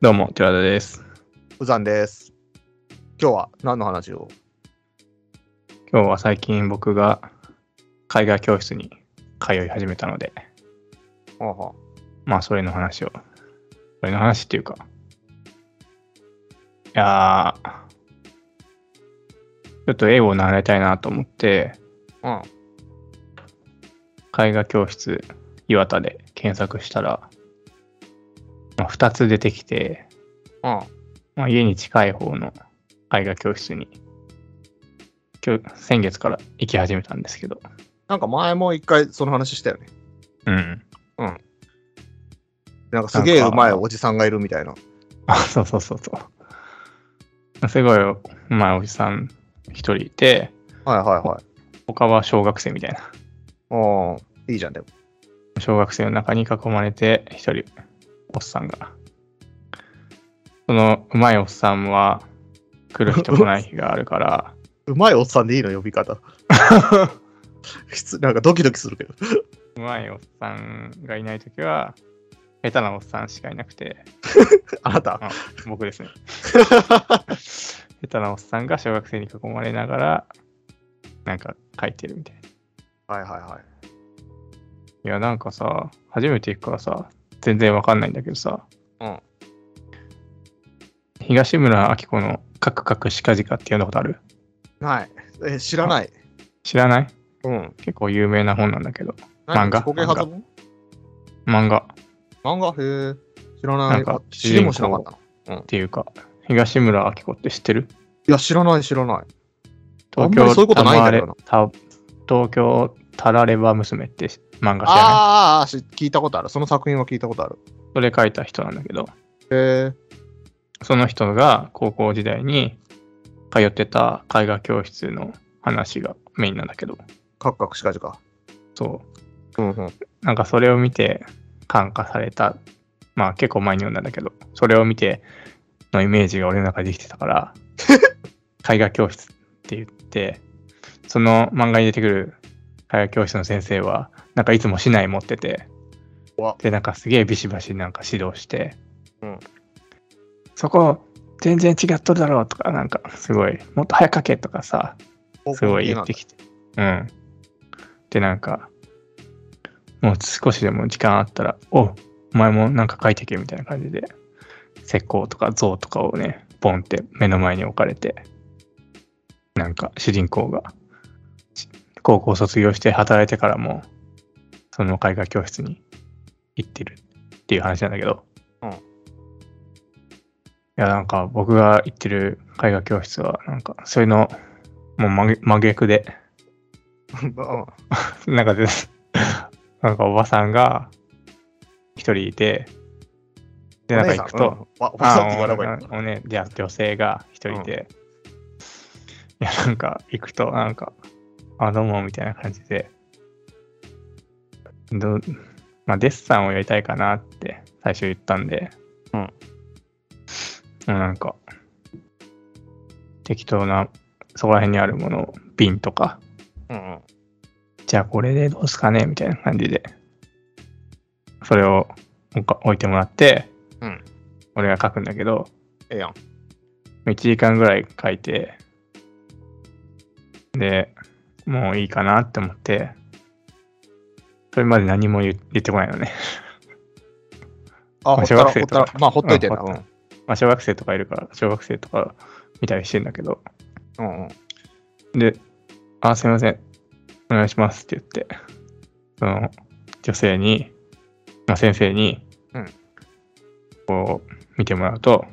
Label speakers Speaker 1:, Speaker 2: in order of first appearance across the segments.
Speaker 1: どうも、寺田です。
Speaker 2: うざんです。今日は何の話を
Speaker 1: 今日は最近僕が海外教室に通い始めたので、
Speaker 2: あは
Speaker 1: まあ、それの話を。それの話っていうか。いやー、ちょっと英語を習いたいなと思って、
Speaker 2: うん。
Speaker 1: 絵画教室岩田で検索したら、まあ、2つ出てきて、
Speaker 2: うん。
Speaker 1: まあ、家に近い方の絵画教室に、今日、先月から行き始めたんですけど、
Speaker 2: なんか前も一回その話したよね。
Speaker 1: うん。
Speaker 2: なんかすげえ
Speaker 1: なん
Speaker 2: う
Speaker 1: か
Speaker 2: まいおじさんがいるみたいな。
Speaker 1: あ、 そうそうそうそう。すごい、まあ、おじさん一人いて、
Speaker 2: はいはいはい。
Speaker 1: 他は小学生みたいな。
Speaker 2: うん。いいじゃん、でも。
Speaker 1: 小学生の中に囲まれて、一人、おっさんが。その、うまいおっさんは、来る人もない日がある から、
Speaker 2: うまいおっさんでいいの、呼び方。 失なんかドキドキするけど。
Speaker 1: うまいおっさんがいないときは、下手なおっさんしかいなくて、
Speaker 2: あなた。
Speaker 1: あ僕ですね。下手なおっさんが小学生に囲まれながら、なんか書いてるみたいな。
Speaker 2: はいはいはい。
Speaker 1: いや、なんかさ、初めて行くからさ、全然わかんないんだけどさ、
Speaker 2: うん。
Speaker 1: 東村明子のカクカクシカジカって読んだことある
Speaker 2: ない。え、知らない。
Speaker 1: 知らない
Speaker 2: うん。
Speaker 1: 結構有名な本なんだけど、漫
Speaker 2: 何
Speaker 1: 画
Speaker 2: 自己啓発本
Speaker 1: 漫画っ
Speaker 2: 漫画へえ。知ら
Speaker 1: な
Speaker 2: なんい。
Speaker 1: か
Speaker 2: あ知りもしなかったな。
Speaker 1: ていうか、東村明子って知ってる
Speaker 2: いや、知らない知らない。あ
Speaker 1: 東
Speaker 2: んまりそ
Speaker 1: 京
Speaker 2: ういうこと
Speaker 1: た
Speaker 2: ないん
Speaker 1: ま
Speaker 2: だけ
Speaker 1: れ
Speaker 2: どな
Speaker 1: た東京たられば娘って漫画知らない
Speaker 2: あーあー、あーし聞いたことある。その作品は聞いたことある。
Speaker 1: それ書いた人なんだけど、
Speaker 2: へ
Speaker 1: その人が高校時代に通ってた絵画教室の話がメインなんだけど、
Speaker 2: え。カクカクしかじか。
Speaker 1: そう。
Speaker 2: うんうん。
Speaker 1: なんかそれを見て感化された。まあ結構前に読んだんだけど、それを見てのイメージが俺の中でできてた から、絵画教室って言って、その漫画に出てくる絵画教室の先生は、なんかいつも竹刀持ってて
Speaker 2: わ、
Speaker 1: で、なんかすげえビシバシなんか指導して、
Speaker 2: うん
Speaker 1: そこ全然違っとるだろうとか、なんかすごい、もっと早く書けとかさ、すごい言ってきて。うん。で、なんか、もう少しでも時間あったら、おうお前もなんか書いてけみたいな感じで、石膏とか像とかをね、ポンって目の前に置かれて、なんか主人公が、し高校卒業して働いてからも、その絵画教室に行ってるっていう話なんだけど、
Speaker 2: うん
Speaker 1: いや、なんか僕が行ってる絵画教室は、なんか、それのもう真逆真逆で、
Speaker 2: うん
Speaker 1: なんかです、なんかおばさんが一人いて、で、なんか行く
Speaker 2: お姉
Speaker 1: と、
Speaker 2: さんうんわおばさんって言わ
Speaker 1: あ
Speaker 2: ればいいの
Speaker 1: おおね、じゃあ女性が一人いて、いや、なんか行くと、なんか、あ、どうも、みたいな感じで、どうまあ、デッサンをやりたいかなって最初言ったんで、
Speaker 2: うん
Speaker 1: もうなんか、適当な、そこら辺にあるものを、瓶とか、
Speaker 2: うんうん
Speaker 1: じゃあこれでどうすかねみたいな感じで、それをおか置いてもらって、
Speaker 2: うん
Speaker 1: 俺が書くんだけど、
Speaker 2: ええやん。
Speaker 1: 1時間ぐらい書いて、で、もういいかなって思って、それまで何も言言ってこないのね。
Speaker 2: あ、ほったら、
Speaker 1: 小学
Speaker 2: ほ
Speaker 1: 生
Speaker 2: っ
Speaker 1: と
Speaker 2: た、
Speaker 1: から
Speaker 2: まあ、ほっといてな。
Speaker 1: うん
Speaker 2: う
Speaker 1: ほっ
Speaker 2: ん
Speaker 1: まあ小学生とかいるから、小学生とか見たりしてんだけど、
Speaker 2: うんうん。
Speaker 1: で、あ、すいません。お願いしますって言って、その、女性に、まあ、先生に、
Speaker 2: うん
Speaker 1: こう、見てもらうと、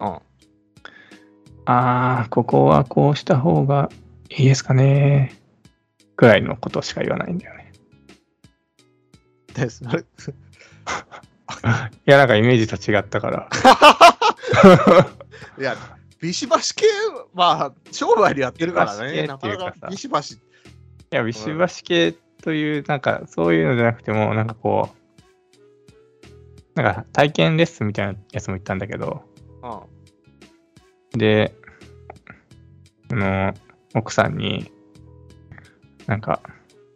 Speaker 2: うん
Speaker 1: あー、ここはこうした方がいいですかね。ぐらいのことしか言わないんだよね。
Speaker 2: でそれ
Speaker 1: いや、なんかイメージと違った から。
Speaker 2: いや、ビシバシ系、まあ、商売でやってるからね。
Speaker 1: ビシバ
Speaker 2: な
Speaker 1: シ系っていう
Speaker 2: かな
Speaker 1: かさ
Speaker 2: かビシバシ。
Speaker 1: いや、ビシバシ系という、なんか、そういうのじゃなくても、なんかこう、なんか体験レッスンみたいなやつも行ったんだけど、
Speaker 2: うん。
Speaker 1: で、あの、奥さんに、なんか、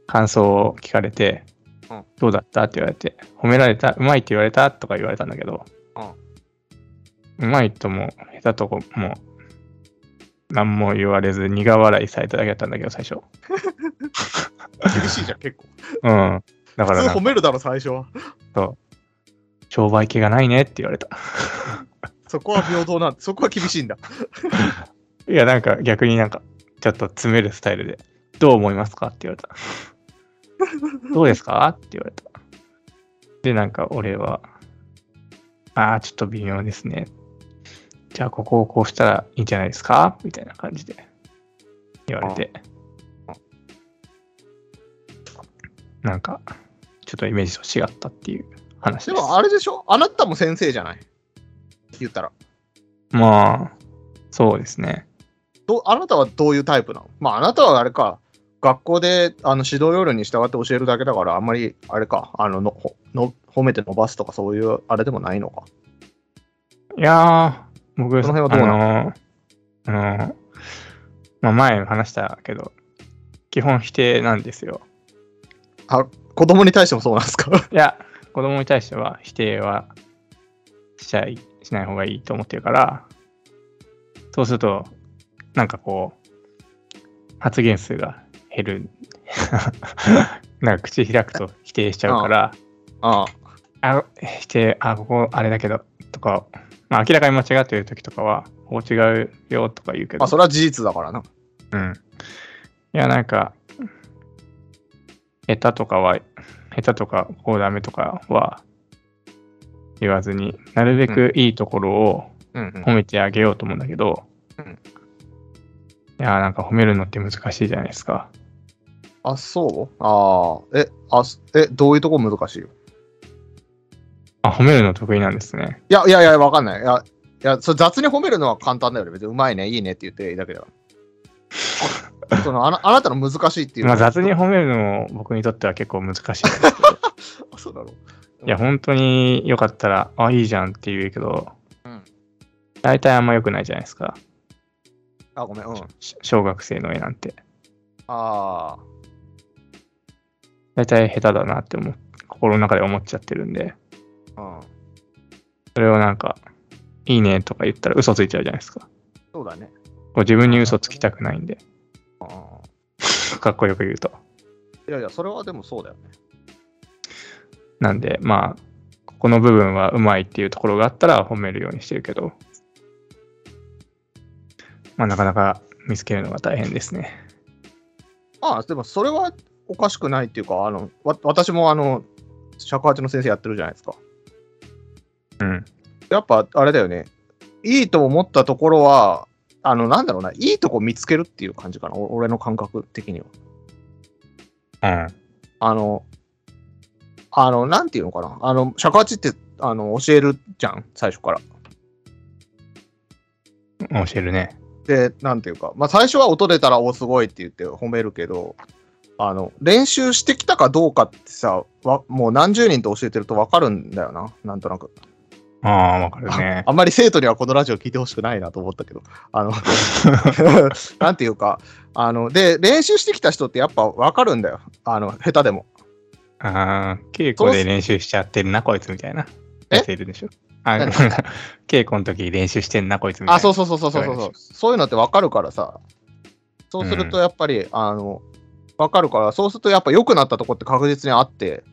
Speaker 1: 感想を聞かれて、
Speaker 2: うん
Speaker 1: どうだったって言われて、褒められた、うまいって言われたとか言われたんだけど、
Speaker 2: う
Speaker 1: う
Speaker 2: ん
Speaker 1: まいとも、下手とこも、何も言われず、苦笑いされただけだったんだけど、最初。
Speaker 2: 厳しいじゃん、結構。
Speaker 1: うん。だからな
Speaker 2: 普
Speaker 1: ん
Speaker 2: 通
Speaker 1: か
Speaker 2: 褒めるだろ、最初は。
Speaker 1: 商売気がないねって言われた。
Speaker 2: そこは平等なんそこは厳しい んだ。
Speaker 1: いや、なんか逆になんか、ちょっと詰めるスタイルで、どう思いますかって言われた。どうですかって言われた。で、なんか俺は、ああ、ちょっと微妙ですね。じゃあ、ここをこうしたらいいんじゃないですかみたいな感じで言われて
Speaker 2: ああ。
Speaker 1: なんか、ちょっとイメージと違ったっていう話
Speaker 2: で
Speaker 1: です。
Speaker 2: もあれでしょあなたも先生じゃない言ったら
Speaker 1: まあ、そうですね。
Speaker 2: ど。あなたはどういうタイプなのまああなたはあれか、学校であの指導要領に従って教えるだけだから、あんまりあれか、あののほの褒めて伸ばすとかそういうあれでもないのか。
Speaker 1: いやー、僕、
Speaker 2: その辺はどう
Speaker 1: あのー、あのーまあ、前話したけど、基本否定なんですよ。
Speaker 2: 子供に対してもそうなんですか
Speaker 1: いや、子供に対しては否定はしちゃい、しない方がいいと思ってるから、そうすると、なんかこう、発言数が減る。 なんか口開くと否定しちゃうから、
Speaker 2: ああ
Speaker 1: あ、否定、あ、ここあれだけど、とか、まあ明らかに間違ってる時とかは、こう違うよとか言うけど、
Speaker 2: まあそれは事実だからな。
Speaker 1: うん。いや、なんか、下手とかは、下手とか、こうダメとかは言わずに、なるべくいいところを
Speaker 2: うんうん
Speaker 1: 褒めてあげようと思うんだけど、
Speaker 2: うん
Speaker 1: いや、なんか褒めるのって難しいじゃないですか。
Speaker 2: あ、そうああ。え、あすえ、どういうとこ難しいよ。
Speaker 1: あ、褒めるの得意なんですね。
Speaker 2: いやいやいや、わかんない。いや、いやそれ雑に褒めるのは簡単だよね。別にうまいね、いいねって言っていいだけだから。 そのあなあなたの難しいっていうの
Speaker 1: ま
Speaker 2: は。
Speaker 1: あ、雑に褒めるのも僕にとっては結構難しいんですけど。
Speaker 2: あそう だろう。
Speaker 1: いや、本当によかったら、あ、いいじゃんって言うけど、
Speaker 2: うん
Speaker 1: 大体あんま良くないじゃないですか。
Speaker 2: あ、ごめん。うん。あ
Speaker 1: し小学生の絵なんて。
Speaker 2: あー。
Speaker 1: 大体下手だなって思う心の中で思っちゃってるんで、
Speaker 2: うん。
Speaker 1: それをなんか、いいねとか言ったら嘘ついちゃうじゃないですか。
Speaker 2: そうだね。
Speaker 1: こう自分に嘘つきたくないんで、
Speaker 2: うん
Speaker 1: かっこよく言うと。
Speaker 2: いやいや、それはでもそうだよね。
Speaker 1: なんで、まあ、ここの部分はうまいっていうところがあったら褒めるようにしてるけど、まあ、なかなか見つけるのが大変ですね。
Speaker 2: まあ、でもそれはおかしくないっていうか、あの、わ私もあの、尺八の先生やってるじゃないですか。
Speaker 1: うん。
Speaker 2: やっぱあれだよね。いいと思ったところは、あの、なんだろうな、いいとこ見つけるっていう感じかな。お俺の感覚的には。
Speaker 1: うん。
Speaker 2: あの、あの、なんていうのかな。あの、尺八って、あの、教えるじゃん、最初から。
Speaker 1: 教えるね。
Speaker 2: で、なんていうか、まあ、最初は音出たら、お、すごいって言って褒めるけど、あの、練習してきたかどうかってさ、わもう何十人と教えてると分かるんだよな、なんとなく。
Speaker 1: ああ、わかるね。
Speaker 2: あんまり生徒にはこのラジオ聞いてほしくないなと思ったけど、あ の、なんていうか、あの、で、練習してきた人ってやっぱ分かるんだよ。あの、下手でも。
Speaker 1: ああ、稽古で練習しちゃってんな、こいつみたいな。
Speaker 2: え
Speaker 1: やついるでしょあ
Speaker 2: 何
Speaker 1: なんか 稽古の時練習してんな、こいつみたいな。
Speaker 2: あ、そうそうそうそうそうそう
Speaker 1: わ
Speaker 2: そ
Speaker 1: か
Speaker 2: う。そういうのってわかるからさ。そうするとやっぱり、あの、わかるから、そうするとやっぱ良くなったとこって確実にあって、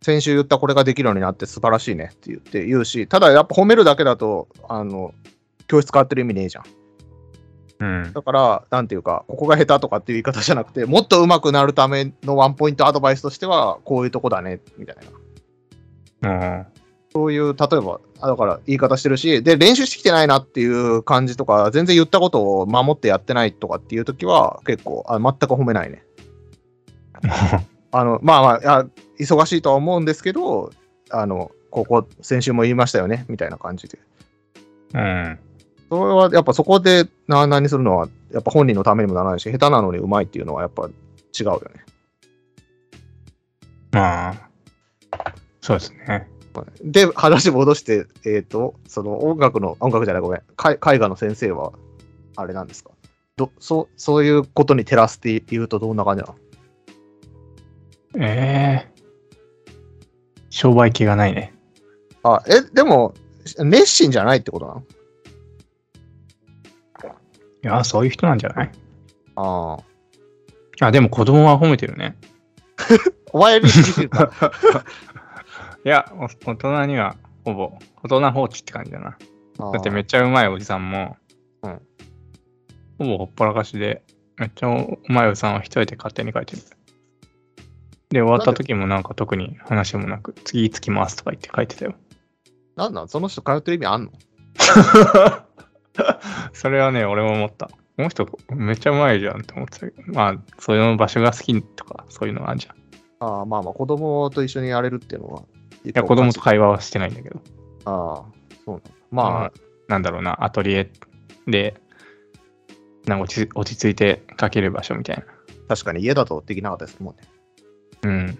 Speaker 2: 先週言ったこれができるようになって素晴らしいねって言って言うし、ただやっぱ褒めるだけだと、あの、教室変わってる意味ねえじゃん。
Speaker 1: うん。
Speaker 2: だから、なんていうか、ここが下手とかっていう言い方じゃなくて、もっと上手くなるためのワンポイントアドバイスとしては、こういうとこだね、みたいな。
Speaker 1: うん
Speaker 2: そういう、例えば、あだから言い方してるし、で、練習してきてないなっていう感じとか、全然言ったことを守ってやってないとかっていう時は、結構、あ全く褒めないね。あの、まあまあいや、忙しいとは思うんですけど、あの、ここ、先週も言いましたよね、みたいな感じで。
Speaker 1: うん。
Speaker 2: それは、やっぱそこで、な、何するのは、やっぱ本人のためにもならないし、下手なのにうまいっていうのは、やっぱ違うよね。
Speaker 1: まあ、そうですね。
Speaker 2: で、話戻して、えっ、と、その音楽の、音楽じゃない、ごめん、か絵画の先生は、あれなんですかどそうそういうことに照らすって言うとどんな感じなの
Speaker 1: ええ商売気がないね。
Speaker 2: あ、え、でも、熱心じゃないってことなの
Speaker 1: いや、そういう人なんじゃない
Speaker 2: ああ。
Speaker 1: あ、でも子供は褒めてるね。
Speaker 2: お前より厳しいか。
Speaker 1: いや、お大人にはほぼ、大人放置って感じだな。
Speaker 2: だ
Speaker 1: だってめっちゃうまいおじさんも、
Speaker 2: うん
Speaker 1: ほぼほっぽらかしで、めっちゃうまいおじさんは一人で勝手に書いてる。で、終わった時もなんか特に話もなく、次いつ来ますとか言って書いて たよ。
Speaker 2: なんなんその人通ってる意味あんの
Speaker 1: それはね、俺も思った。この人、めっちゃうまいじゃんって思ってたけど、まあ、そういう場所が好きとか、そういうのはあるじゃん。い
Speaker 2: ああ、まあまあ、子供と一緒にやれるっていうのは。い
Speaker 1: や、子供と会話はしてないんだけど、
Speaker 2: ああ、そうなんだ。まあ、
Speaker 1: なんだろうな、アトリエで、なんか落ち落ち着いて書ける場所みたいな。
Speaker 2: 確かに家だとできなかったですもんね。
Speaker 1: うん。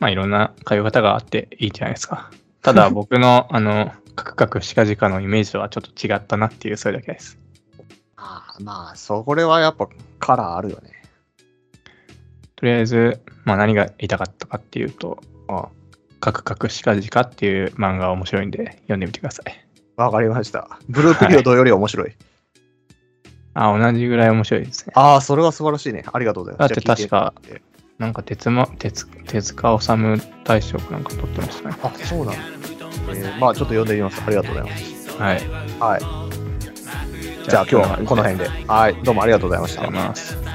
Speaker 1: まあいろんな通い方があっていいじゃないですか。ただ僕 のあの、カクカクシカジカのイメージとはちょっと違ったなっていう、それだけです。
Speaker 2: ああ、まあ、そこれはやっぱカラーあるよね。
Speaker 1: とりあえず、まあ何が言いたかったかっていうと、
Speaker 2: あ
Speaker 1: カクカクシカジカっていう漫画は面白いんで読んでみてください。
Speaker 2: あ、わかりました。ブルーピリオドより面白い。
Speaker 1: あ、同じぐらい面白いですね。
Speaker 2: ああ、それは素晴らしいね。ありがとうござい
Speaker 1: だ
Speaker 2: ま
Speaker 1: っ
Speaker 2: す。
Speaker 1: て
Speaker 2: じゃあ聞い
Speaker 1: 確か
Speaker 2: 聞いて、
Speaker 1: なんか鉄,、ま、鉄手塚治虫大賞かなんか取ってましたね。
Speaker 2: あ、そうなんだ、えーまあ、ちょっと読んでみます。ありがとうございます。
Speaker 1: はい。
Speaker 2: はい。じゃあ今日はこの辺で。はい。どうもありがとうございまし
Speaker 1: ありがとうござい
Speaker 2: た。
Speaker 1: ます。